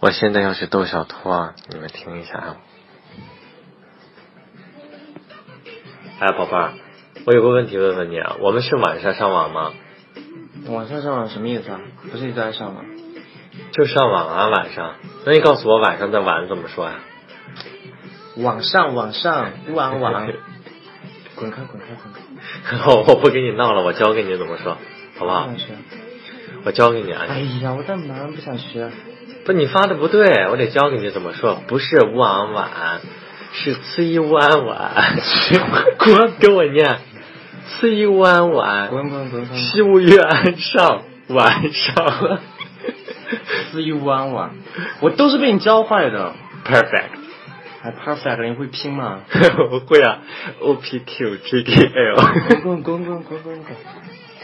我现在要去逗小偷啊！你们听一下啊。哎，宝贝儿，我有个问题问问你啊，我们是晚上上网吗？晚上上网什么意思啊？不是一直在上吗？就上网啊，晚上。那你告诉我晚上的晚怎么说呀、 网上网上，网 网，滚开滚开滚开！我我不跟你闹了，我教给你怎么说，好不好不？想学。我教给你啊。嗯哎呀，我干嘛不想学？哎不，你发的不对，我得教给你怎么说，不是乌昂晚，是呲一乌安晚， 滚，跟我念，呲一乌安晚，滚滚滚滚！西无月安上晚上 四一弯弯，我都是被你教坏的。 ，perfect， 还 perfect，你会拼吗？我会啊，o p q j k l，滚滚滚滚滚滚滚！